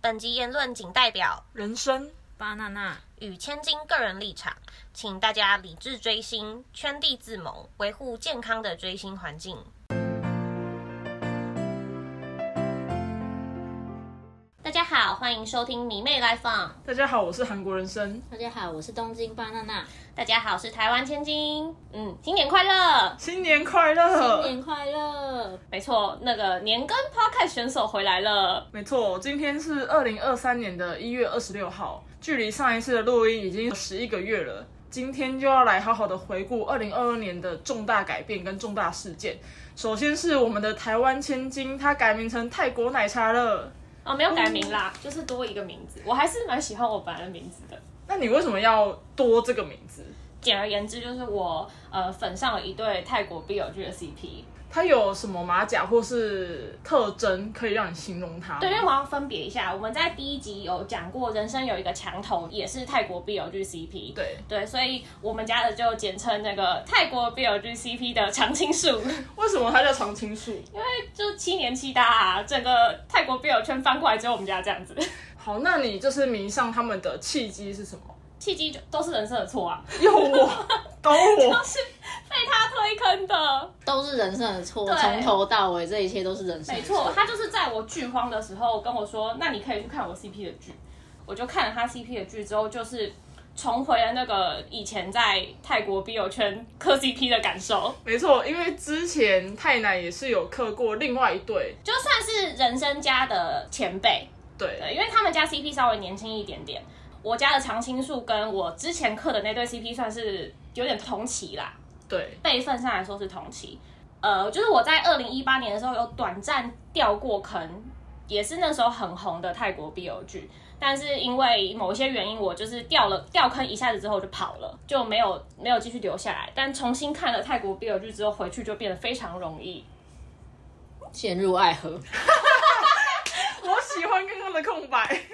本集言论仅代表人生巴娜娜，与千金个人立场，请大家理智追星，圈地自萌，维护健康的追星环境。大家好，欢迎收听迷妹来访。大家好，我是韩国人生，大家好，我是东京巴娜娜，大家好，我是台湾千金，嗯，新年快乐！新年快新乐！年快乐！没错，那个年更 Podcast 选手回来了，没错，今天是二零二三年的一月二十六号，距离上一次的录音已经十一个月了。今天就要来好好的回顾二零二二年的重大改变跟重大事件。首先是我们的台湾千金，它改名成泰国奶茶了。哦，没有改名啦，就是多一个名字。我还是蛮喜欢我本来的名字的。那你为什么要多这个名字？简而言之，就是我呃粉上了一对泰国 BL 剧的 CP，它有什么马甲或是特征可以让你形容它吗？对，因为我要分别一下，我们在第一集有讲过，人生有一个墙头，也是泰国 BL 剧 CP。对，对，所以我们家的就简称那个泰国 BL 剧 CP 的常青树，为什么它叫常青树？就七年七搭啊，整个泰国 BL 圈翻过来只有我们家这样子，好，那你就是迷上他们的契机是什么？ 契机就都是人生的错啊， 有我，懂我，被他推坑的。都是人生的错，对从头到尾，这一切都是人生没的错，他就是在我剧荒的时候跟我说，那你可以去看我 CP 的剧。我就看了他 CP 的剧之后，就是重回了那个以前在泰国 BL 圈磕 CP 的感受，没错，因为之前太奶也是有刻过另外一对，就算是人生家的前辈，对，对，因为他们家 CP 稍微年轻一点点。我家的常青树跟我之前刻的那对 CP 算是有点同期啦，对，辈分上来说是同期。呃，就是我在二零一八年的时候有短暂掉过坑，也是那时候很红的泰国 BL 剧，但是因为某一些原因，我就是掉了掉坑，一下子之后就跑了，就没有没有继续留下来。但重新看了泰国 BL 剧之后，回去就变得非常容易。陷入爱河。我喜欢刚刚的空白。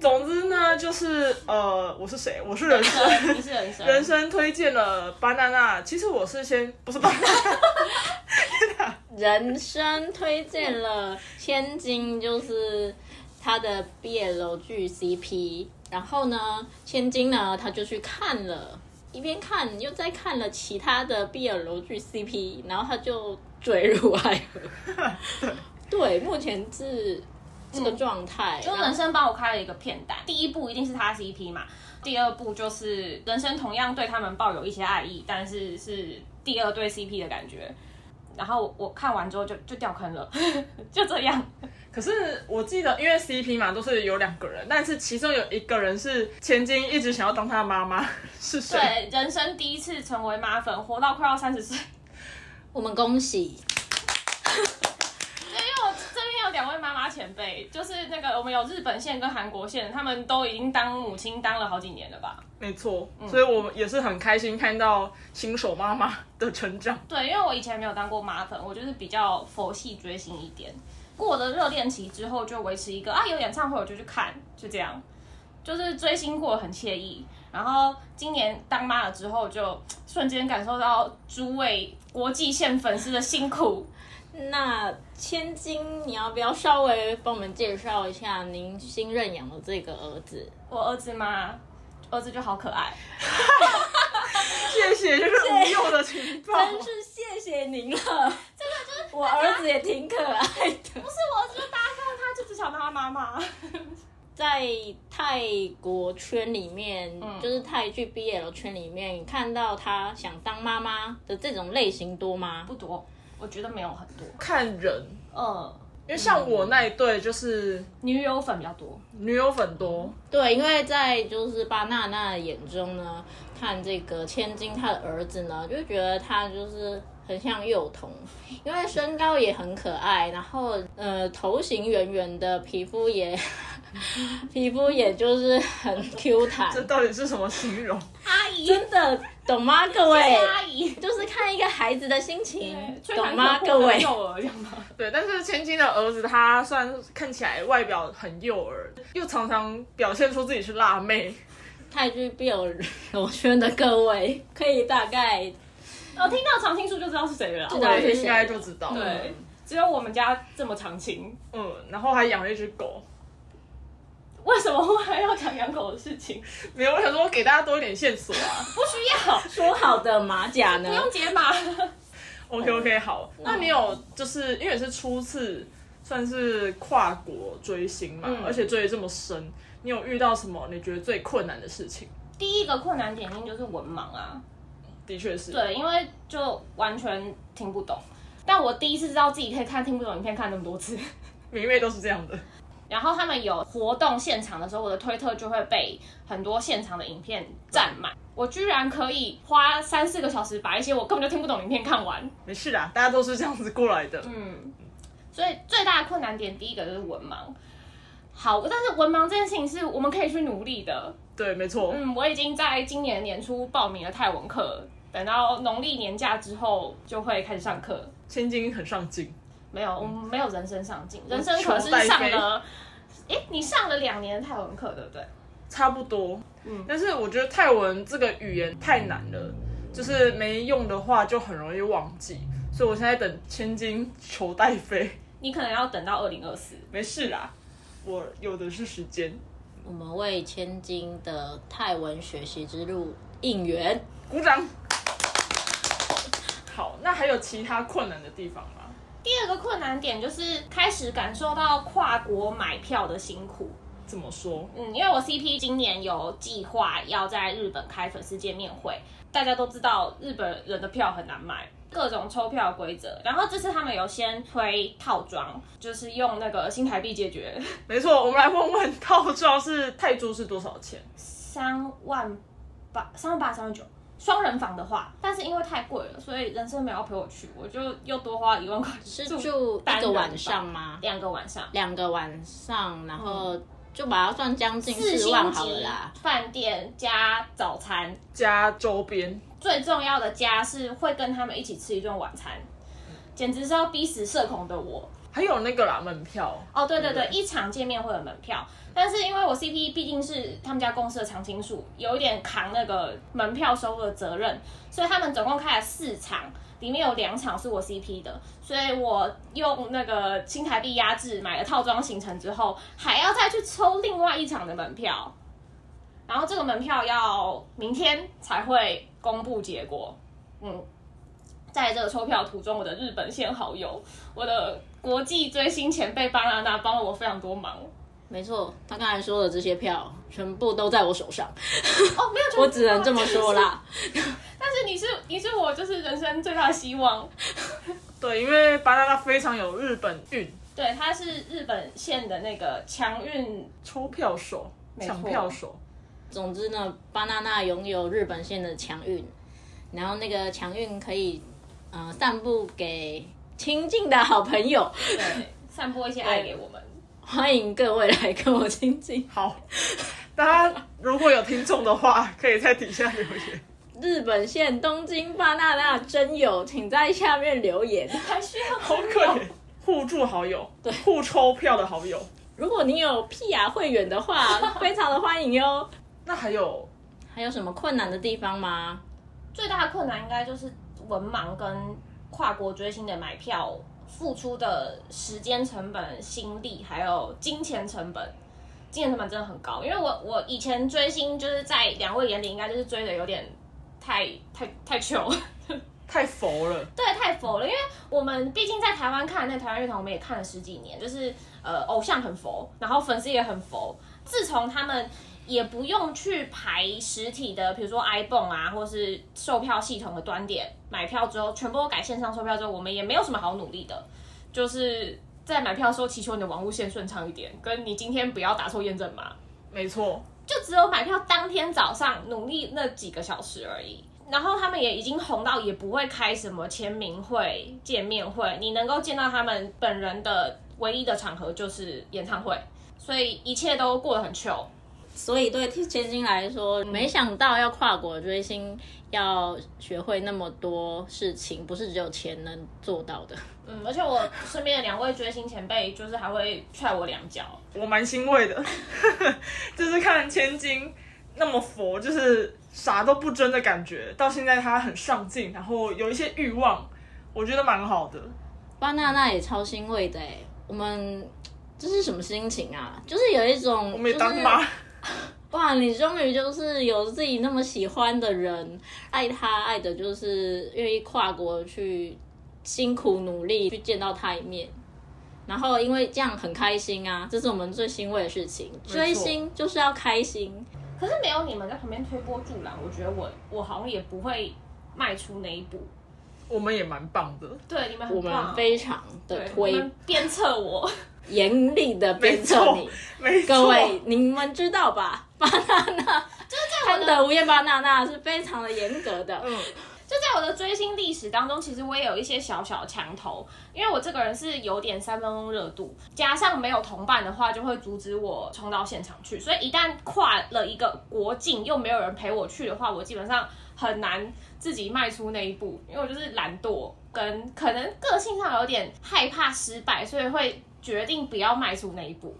总之呢，就是呃，我是谁？我是人生。对，你是人生，人生推荐了 banana，其实我是先不是 banana， 人生推荐了千金，就是他的 BL 剧 CP。然后呢，千金呢，他就去看了，一边看又再看了其他的 BL 剧 CP，然后他就坠入爱河。对，目前是这个状态。就人生帮我开了一个片单，第一步一定是他 CP 嘛，第二步就是人生同样对他们抱有一些爱意，但是是第二对 CP 的感觉。然后我我看完之后就就掉坑了， 就这样。可是我记得，因为 CP 嘛，都是有两个人，但是其中有一个人是千金一直想要当他的妈妈，是谁？对，人生第一次成为妈粉，活到快要三十岁。我们恭喜，因为我这边有两位妈妈前辈，就是那个我们有日本线跟韩国线，他们都已经当母亲当了好几年了吧？没错，嗯所以我也是很开心看到新手妈妈的成 长。对，因为我以前没有当过妈粉，我就是比较佛系追星一点。过了热恋期之后，就维持一个啊有演唱会我就去看，就这样，就是追星过得很惬意。然后今年当妈了之后，就瞬间感受到诸位国际线粉丝的辛苦。那千金，你要不要稍微帮我们介绍一下您新认养的这个儿子？我儿子嘛，儿子就好可爱，谢谢，就是无用的情报。 真是谢谢您了，真的就是我儿子也挺可爱的。是我儿子就搭上他，就只想当他妈妈。在泰国圈里面，就是泰剧 BL 圈里面，你看到他想当妈妈的这种类型多吗？不多，我觉得没有很多。看人，嗯，因为像我那一对就是女友粉比较多。女友粉多，对，因为在就是巴娜娜眼中呢，看这个千金她的儿子呢，就觉得他就是很像幼童，因为身高也很可爱，然后呃头型圆圆的，皮肤也 皮肤也就是很啊 Q 弹，这到底是什么形容？阿姨，真的懂吗？各位，阿姨，就是看一个孩子的心情，哎吹懂弹吗？可各破的位，幼儿，这样吗？对，但是千金的儿子他虽然看起来外表很幼儿，又常常表现出自己是辣妹，泰剧 BL 友圈的各位，可以大概哦我听到常青树就知道是谁了啦。知道是对，谁应该就知道了。对，只有我们家这么常青。嗯，然后还养了一只狗。为什么我还要讲养狗的事情？没有，我想说给大家多一点线索啊。不需要，说好的马甲呢不？用解码。 OK OK，好，那你有就是因为是初次算是跨国追星嘛，嗯而且追得这么深，你有遇到什么你觉得最困难的事情？第一个困难点一定就是文盲啊，的确是，对，因为就完全听不懂。但我第一次知道自己可以看听不懂影片看那么多次。 明月都是这样的。然后他们有活动现场的时候，我的推特就会被很多现场的影片占满。我居然可以花三四个小时把一些我根本就听不懂的影片看完。没事啦，大家都是这样子过来的。嗯，所以最大的困难点，第一个就是文盲。好，但是文盲这件事情是我们可以去努力的。对，没错。嗯，我已经在今年年初报名了泰文课，等到农历年假之后就会开始上课。千金很上进，没有，我们没有人生上进，人生可是上了，哎、你上了两年的泰文课，对不对？差不多。嗯但是我觉得泰文这个语言太难了，就是没用的话就很容易忘记。所以我现在等千金求带飞，你可能要等到二零二四。没事啦，我有的是时间。我们为千金的泰文学习之路应援。鼓掌。好，那还有其他困难的地方吗？第二个困难点就是开始感受到跨国买票的辛苦。怎么说？嗯，因为我 CP 今年有计划要在日本开粉丝见面会，大家都知道日本人的票很难买，各种抽票规则。然后这次他们有先推套装，就是用那个新台币 解决没错，我们来问问套装是泰铢是多少钱？三万八、三万八、三万九。双人房的话，但是因为太贵了，所以人生没有要陪我去，我就又多花一万块。是住一个晚上吗？吗？两个晚上。两个晚上，然后就把它算将近嗯四万好了啦。饭店加早餐，加周边，最重要的加是会跟他们一起吃一顿晚餐，简直是要逼死社恐的我。还有那个啦，门票。哦，对对对，对一场见面会有门票，但是因为我 CP 毕竟是他们家公司的常青树，有一点扛那个门票收入的责任，所以他们总共开了四场，里面有两场是我 CP 的，所以我用那个新台币压制买了套装行程之后，还要再去抽另外一场的门票，然后这个门票要明天才会公布结果，嗯。在这个抽票途中，我的日本线好友，我的国际追星前辈巴娜娜帮了我非常多忙。没错，他刚才说的这些票全部都在我手上，哦，没有，就我只能这么说。 啦。但是你是你是我就是人生最大的希望。对，因为巴拿拉非常有日本嗯韵，对，他是日本线的那个强运，抽票手、没错抢票手，总之呢，巴娜娜拥有日本线的强运，然后那个强运可以呃散布给亲近的好朋友，对，散播一些爱给我们。欢迎各位来跟我亲近。好，大家如果有听众的话， 可以在底下留言。日本线东京巴娜娜真友，请在下面留言。 还需要好可怜，互助好友，对，互抽票的好友。如果你有 P R 会员的 话，非常的欢迎哟。那还有还有什么困难的地方吗？最大的困难应该就是文盲跟跨国追星的买票付出的时间成本、心力还有金钱成本。金钱成本真的很高，因为我我以前追星就是在两位眼里应该就是追的有点太太太穷，太佛了，对，太佛了。因为我们毕竟在台湾看那台湾乐团，我们也看了十几年，就是呃偶像很佛，然后粉丝也很佛。自从他们也不用去排实体的，比如说 iPhone 啊，或是售票系统的端点买票之后，全部都改线上售票之后，我们也没有什么好努力的，就是在买票的时候祈求你的网路线顺畅一点，跟你今天不要打错验证码。没错，就只有买票当天早上努力那几个小时而已。然后他们也已经红到也不会开什么签名会、见面会，你能够见到他们本人的唯一的场合就是演唱会，所以一切都过得很糗。所以对千金来说，没想到要跨国追星，要学会那么多事情，不是只有钱能做到 的。嗯，而且我身边的两位追星前辈就是还会踹我两脚，我蛮欣慰的， 就是看千金那么佛，就是啥都不争的感觉，到现在他很上进，然后有一些欲望，我觉得蛮好的。巴娜娜也超欣慰的哎、我们这是什么心情啊？就是有一种，我我们也当妈，哇，你终于就是有自己那么喜欢的人，爱他爱的就是愿意跨国去辛苦努力去见到他一面，然后因为这样很开心啊，这是我们最欣慰的事情。错追星就是要开心，可是没有你们在旁边推波助澜，我觉得我我好像也不会迈出那一步。我们也蛮棒的。对，你们我很棒，们非常的对你推们鞭策我。严厉的鞭策错你。没错，各位，你们知道吧？ 巴娜娜就是看的无烟巴娜娜是非常的严格的，嗯，就在我的追星历史当中，其实我也有一些小小的墙头，因为我这个人是有点三分钟热度，加上没有同伴的话，就会阻止我冲到现场去。所以一旦跨了一个国境，又没有人陪我去的话，我基本上很难自己迈出那一步，因为我就是懒惰，跟可能个性上有点害怕失败，所以会决定不要迈出那一步。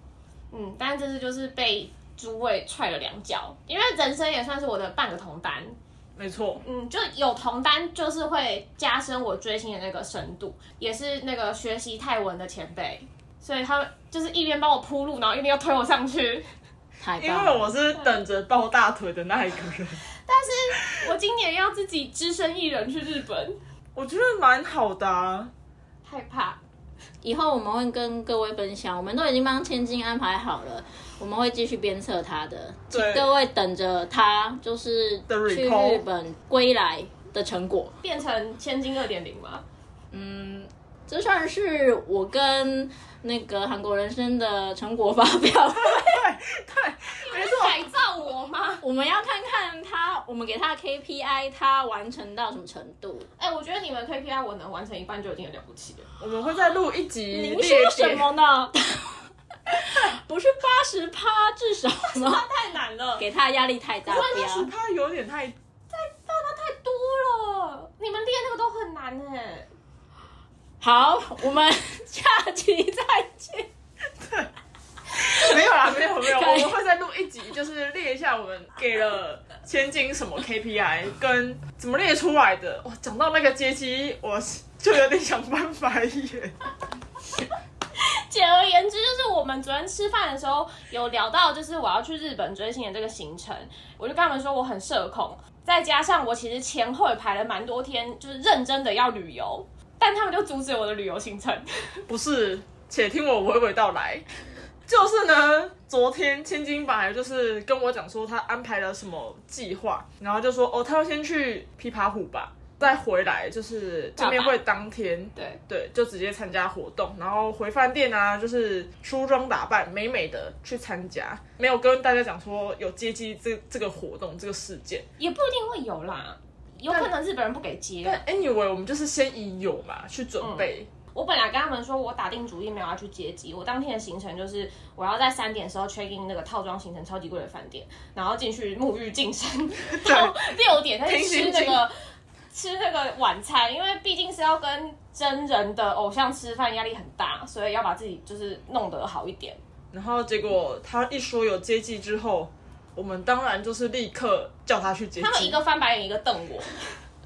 嗯，但这次就是被诸位踹了两脚，因为人生也算是我的半个同担，没错，嗯，就有同担，就是会加深我追星的那个深度，也是那个学习泰文的前辈，所以他就是一边帮我铺路，然后一边又推我上去。 太因棒为了！我是等着抱大腿的那一个人，我今年要自己只身一人去日本，我觉得蛮好的啊。害怕。以后我们会跟各位分享，我们都已经帮千金安排好了，我们会继续鞭策他的，请对各位等着他就是的去 recall 日本归来的成果。变成千金二点零吗？嗯，这算是我跟那个韩国人生的成果发表会。没错，改造我吗？我们要看看他，我们给他的 KPI，他完成到什么程度？哎、我觉得你们 KPI 我能完成一半就已经很了不起了。我们会再录一集您列说什点，么呢？ 不是八十趴，至少吗？太难了，给他压力太大，不八十要。趴有点太啊太多了，你们练那个都很难哎、好，我们下期再见。没有啦，没有没有，可我以们会再录一集，就是列一下我们给了千金什么 KPI，跟怎么列出来的。哇，讲到那个阶级，我是就有点想翻白眼。简而言之，就是我们昨天吃饭的时候有聊到，就是我要去日本追星的这个行程，我就跟他们说我很社恐，再加上我其实前后也排了蛮多天，就是认真的要旅游，但他们就阻止我的旅游行程。不是，且听我娓娓道来。就是呢，昨天千金本来就是跟我讲说他安排了什么计划，然后就说哦，他要先去琵琶湖吧，再回来就是见面会当天，对，对，就直接参加活动，然后回饭店啊，就是梳妆打扮美美的去参加，没有跟大家讲说有接机这这个活动这个事件。也不一定会有啦，有可能日本人不给接。但 anyway，我们就是先以有嘛去准备，我本来跟他们说我打定主意没有要去接机，我当天的行程就是我要在三点的时候 check in 那个套装行程超级贵的饭店，然后进去沐浴净身，到 六点再去吃那平个吃那个晚餐，因为毕竟是要跟真人的偶像吃饭，压力很大，所以要把自己就是弄得好一点。 然后结果他一说有接机之后，我们当然就是立刻叫他去接他们一机。个翻白眼，一个瞪我，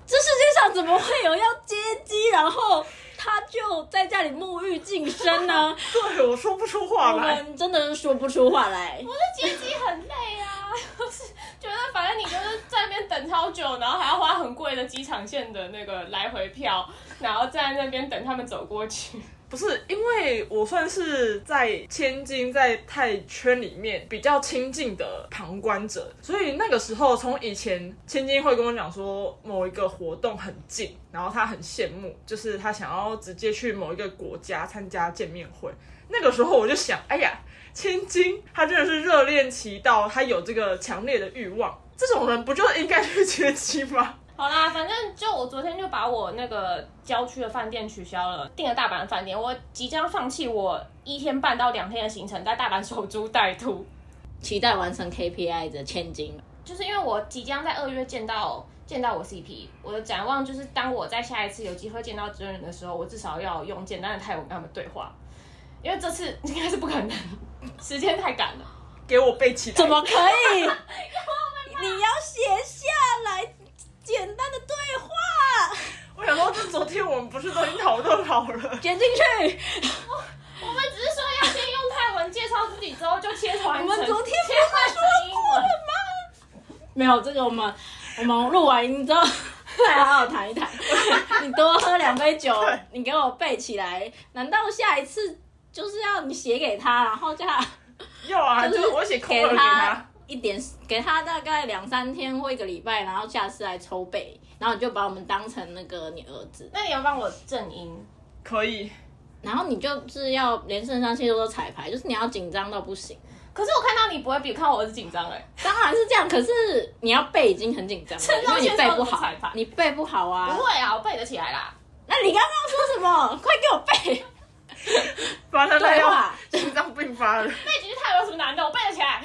这世界上怎么会有要接机，然后他就在家里沐浴净身呢？ 对，我说不出话我来。们真的是说不出话来。接机很累 啊，就是觉得反正你就是在那边等超久，然后还要花很贵的机场线的那个来回票，然后在那边等他们走过去。不是因为我算是在千金在泰圈里面比较亲近的旁观者，所以那个时候从以前千金会跟我讲说某一个活动很近，然后他很羡慕，就是他想要直接去某一个国家参加见面会。那个时候我就想，哎呀，千金他真的是热恋期到他有这个强烈的欲望，这种人不就应该去接机吗？ 好啦，反正就我昨天就把我那个郊区的饭店取消了，订了大阪的饭店。我即将放弃我一天半到两天的行程，在大阪守株待兔，期待完成 KPI 的千金，就是因为我即将在二月见到见到我 CP。我的展望就是，当我在下一次有机会见到真人的时候，我至少要用简单的泰文跟他们对话，因为这次应该是不可能，时间太赶了。给我背起来！怎么可以？你要写下来简单的对话。 我想说，这昨天我们不是都已经讨论好了？点进去。我们只是说要先用泰文介绍自己，之后就切换成。我们昨天切换成英文没有这个，我们我们录完音之后啊再好好谈一 谈。你多喝两杯酒，你给我背起来。难道下一次就是要你写给他，然后叫他要啊，就是是我写空给耳给他他。一点，给他大概两三天或一个礼拜，然后下次来抽背，然后你就把我们当成那个你儿子，那你要帮我正音，可以，然后你就是要连肾上腺素都彩排，就是你要紧张到不行。可是我看到你不会比看我儿子紧张哎。当然是这样，可是你要背已经很紧张了，肾因上为腺你素背不都不好彩排，你背不好啊。不会啊，我背得起来啦。那你刚刚说什 么？快给我背！反正他对要啊话心脏病发 了。那几句泰文有什么难的？我背得起来。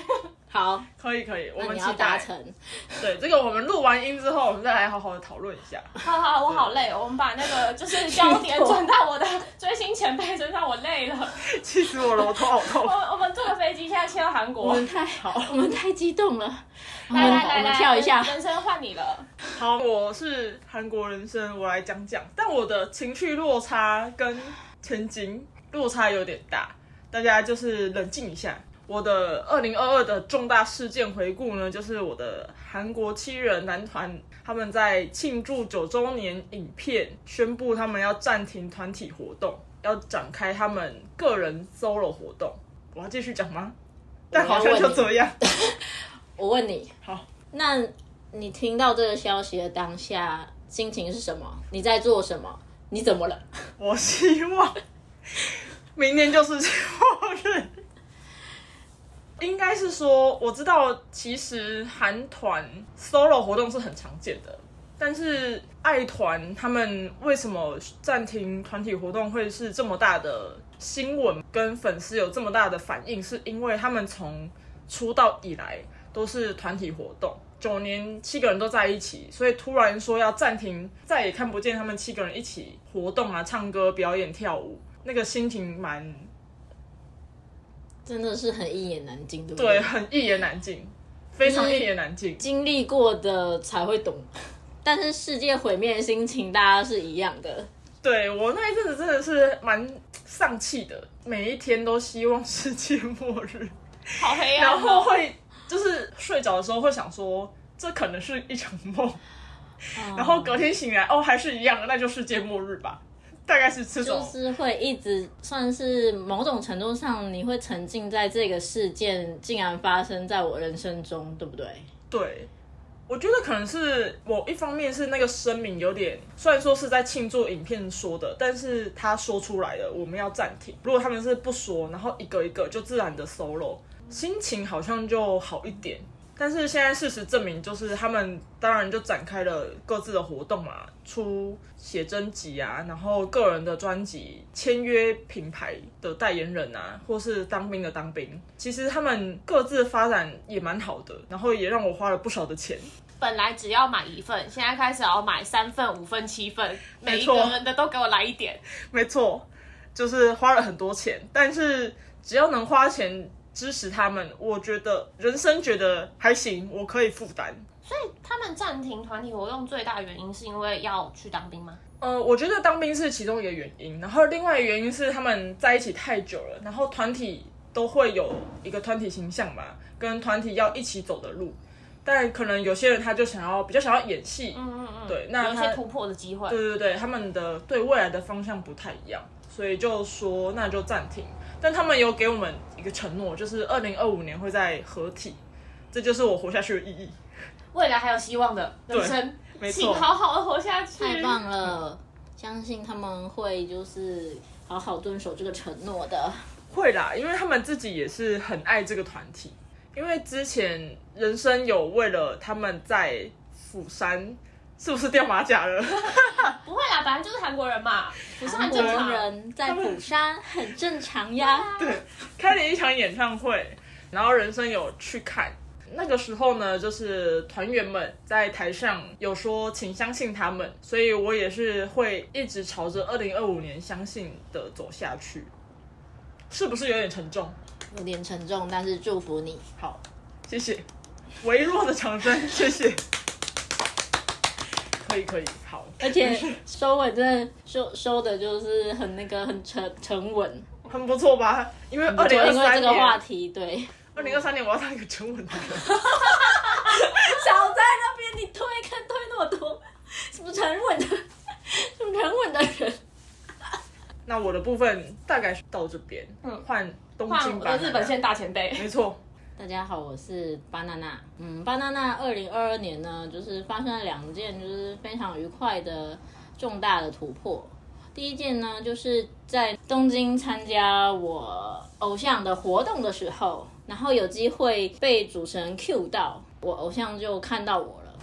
好，可以可以，我那们你期要待。达成。对，这个我们录完音之后，我们再来好好的讨论一下。 好好，我好累哦，我们把那个就是焦点转到我的追星前辈身上，我累 了。气死我了，我头好痛我。我们坐个飞机，现在切到韩我国。们太好，哎我们太激动了。来来来我们来，跳一下。人生换你了。好，我是韩国人生，我来讲讲。但我的情绪落差跟前景落差有点大，大家就是冷静一下。我的二零二二的重大事件回顾呢，就是我的韩国七人男团他们在庆祝九周年影片宣布他们要暂停团体活动，要展开他们个人 solo 活动。我要继续讲吗？但好像就这样。我问你，好，那你听到这个消息的当下，心情是什么？你在做什么？你怎么了？我希望明天就是秋日。应该是说，我知道其实韩团 solo 活动是很常见的，但是爱团他们为什么暂停团体活动会是这么大的新闻，跟粉丝有这么大的反应，是因为他们从出道以来都是团体活动，九年七个人都在一起，所以突然说要暂停，再也看不见他们七个人一起活动啊、唱歌、表演、跳舞，那个心情蛮真的是很一言难尽，对不对，很一言难尽，非常一言难尽。经历过的才会懂，但是世界毁灭的心情大家是一样的。对我那一阵子真的是蛮丧气的，每一天都希望世界末 日，好黑暗、哦。然后会就是睡着的时候会想说，这可能是一场梦，嗯然后隔天醒来哦还是一样的，那就世界末日吧，大概是这就种。是会一直算是某种程度上，你会沉浸在这个事件竟然发生在我人生中，对不对？对，我觉得可能是某一方面是那个声明有点，虽然说是在庆祝影片说的，但是他说出来了，我们要暂停。如果他们是不说，然后一个一个就自然的 solo，心情好像就好一点。但是现在事实证明，就是他们当然就展开了各自的活动嘛，出写真集啊，然后个人的专辑，签约品牌的代言人啊，或是当兵的当兵。其实他们各自发展也蛮好的，然后也让我花了不少的钱。本来只要买一份，现在开始要买三份、五份、七份，每一个错人的都给我来一点。没错，就是花了很多钱，但是只要能花钱支持他们，我觉得人生觉得还行，我可以负担。他们暂停团体活动最大原因是因为要去当兵吗？呃，我觉得当兵是其中一个原因，然后另外一个原因是他们在一起太久了，然后团体都会有一个团体形象嘛，跟团体要一起走的路。但可能有些人他就想要比较想要演戏，嗯嗯嗯，对那有一他些突破的机会。对对对，他们的对未来的方向不太一样，所以就说那就暂停。但他们有给我们一个承诺，就是二零二五年会再合体，这就是我活下去的意义。未来还有希望的人生，没请错，好好的活下去。太棒了，相信他们会就是好好遵守这个承诺的。会啦，因为他们自己也是很爱这个团体。因为之前人生有为了他们在釜山，是不是掉马甲了？ 不会啦，反正就是韩国人嘛，不是很韩正国常。人在釜山很正常呀。对，开了一场演唱会，然后人生有去看。那个时候呢，就是团员们在台上有说，请相信他们，所以我也是会一直朝着二零二五年相信的走下去，是不是有点沉重？有点沉重，但是祝 福你。好，谢谢，微弱的掌声，谢谢，可以可以，好，而且收尾真的收收的就是很那个很沉沉稳，很不错吧？因为二就零二因为三这个话年，题，对，二零二三年我要当一个沉稳的人。少在那边你推坑推那么多，什么沉稳的，什么沉稳的人，那我的部分大概是到这边，嗯换东换京我吧。的日本线大前辈。没错，大家好，我是巴娜娜。嗯，巴娜娜二零二二年呢，就是发生了两件就是非常愉快的重大的突破。第一件呢，就是在东京参加我偶像的活动的时候，然后有机会被主持人 cue 到，我偶像就看到我了，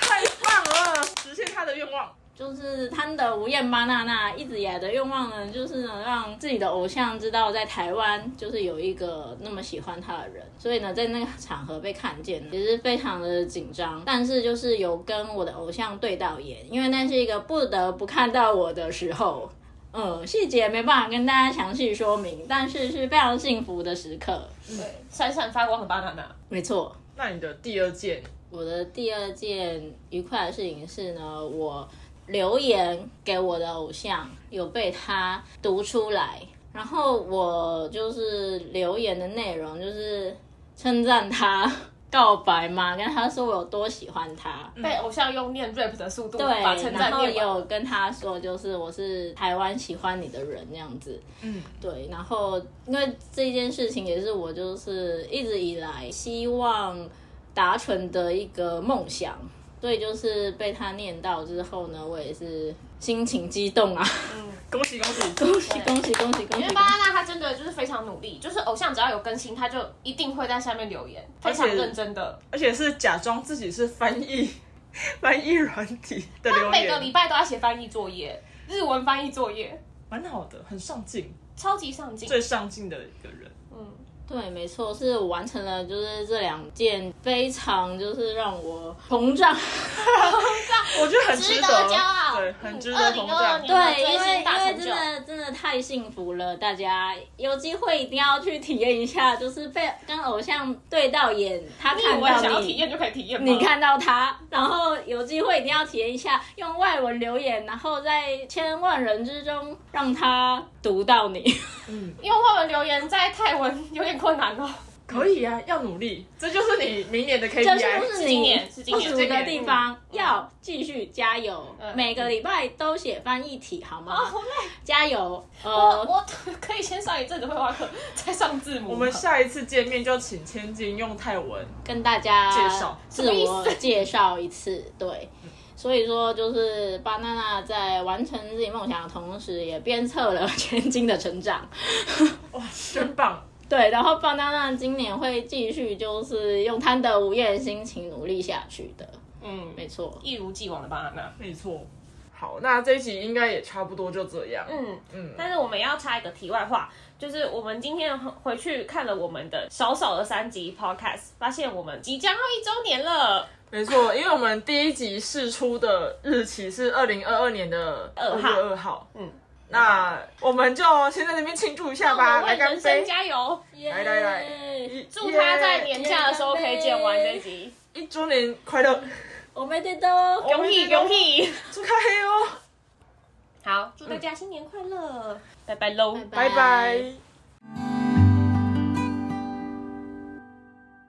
太棒了，实现他的愿望。就是他的吴彦巴娜娜一直以来的愿望呢，就是呢让自己的偶像知道在台湾就是有一个那么喜欢他的人，所以呢在那个场合被看见呢，也是非常的紧张，但是就是有跟我的偶像对到眼，因为那是一个不得不看到我的时候。嗯，细节没办法跟大家详细说明，但是是非常幸福的时刻。嗯对，闪闪发光的 banana。没错，那你的第二件，我的第二件愉快的事情是呢，我留言给我的偶像有被他读出来，然后我就是留言的内容就是称赞他 告白嘛，跟他说我有多喜欢他。被偶像用念 rap 的速度嗯对把，称然赞后也念有完。跟他说，就是我是台湾喜欢你的人那样子。嗯，对，然后因为这件事情也是我就是一直以来希望达成的一个梦想，所以就是被他念到之后呢，我也是心情激动啊！恭喜恭喜！恭喜恭喜恭喜恭嗯因喜为！巴娜娜她真的就是非常努力，就是偶像只要有更新，她就一定会在下面留言，非而且常认真的。而且是假装自己是翻译翻译软体的她留每个礼言，拜都要写翻译作业，日文翻译作业，蛮好的，很上进，超级上进。最上进的一个人。嗯，对，没错，是我完成了就是这两件非常就是让我膨 胀。我觉得很值值得骄傲嗯对，很值得膨2022胀年。对，因追为星大因为成真就的真的太幸福了，大家有机会一定要去体验一下，就是被跟偶像对到眼，他你看以为想到要你，体验就可以体验吗？你，看到他，然后有机会一定要体验一下，用外文留言，然后在千万人之中让他读到你。因为外文留言在泰文有点困难哦。可以啊，要努力，这就是你明年的这就 KPI。是今你年是今不年足今的年地嗯方，要继续加油。嗯哦每个礼拜都写翻译题，好吗？好累，加油！哦我呃，我可以 先上一阵子绘画课，再上字母吗。我们下一次见面就请千金用泰文嗯跟大家介绍自我介绍一次，对。所以说，就是巴娜娜在完成自己梦想的同时，也鞭策了千金的成长。 哇，真棒！对，然后棒当当今年会继续就是用他的午夜的心情努力下去的，嗯，没错。一如既往的巴娜娜。没错。好，那这一集应该也差不多就这样。嗯嗯，但是我们要插一个题外话，就是我们今天回去看了我们的少少的三集 podcast，发现我们即将要一周年了。没错，因为我们第一集试出的日期是二零二二年的2月号二号。嗯，那我们就先在那边庆祝一下哦那我吧，们来为干人杯生！加油！来来来，祝他在年假的时候可以剪完这一集，一周年快乐，我们的都恭喜恭喜！ 祝开黑哦，好，祝大家新年快乐，拜拜喽！拜拜拜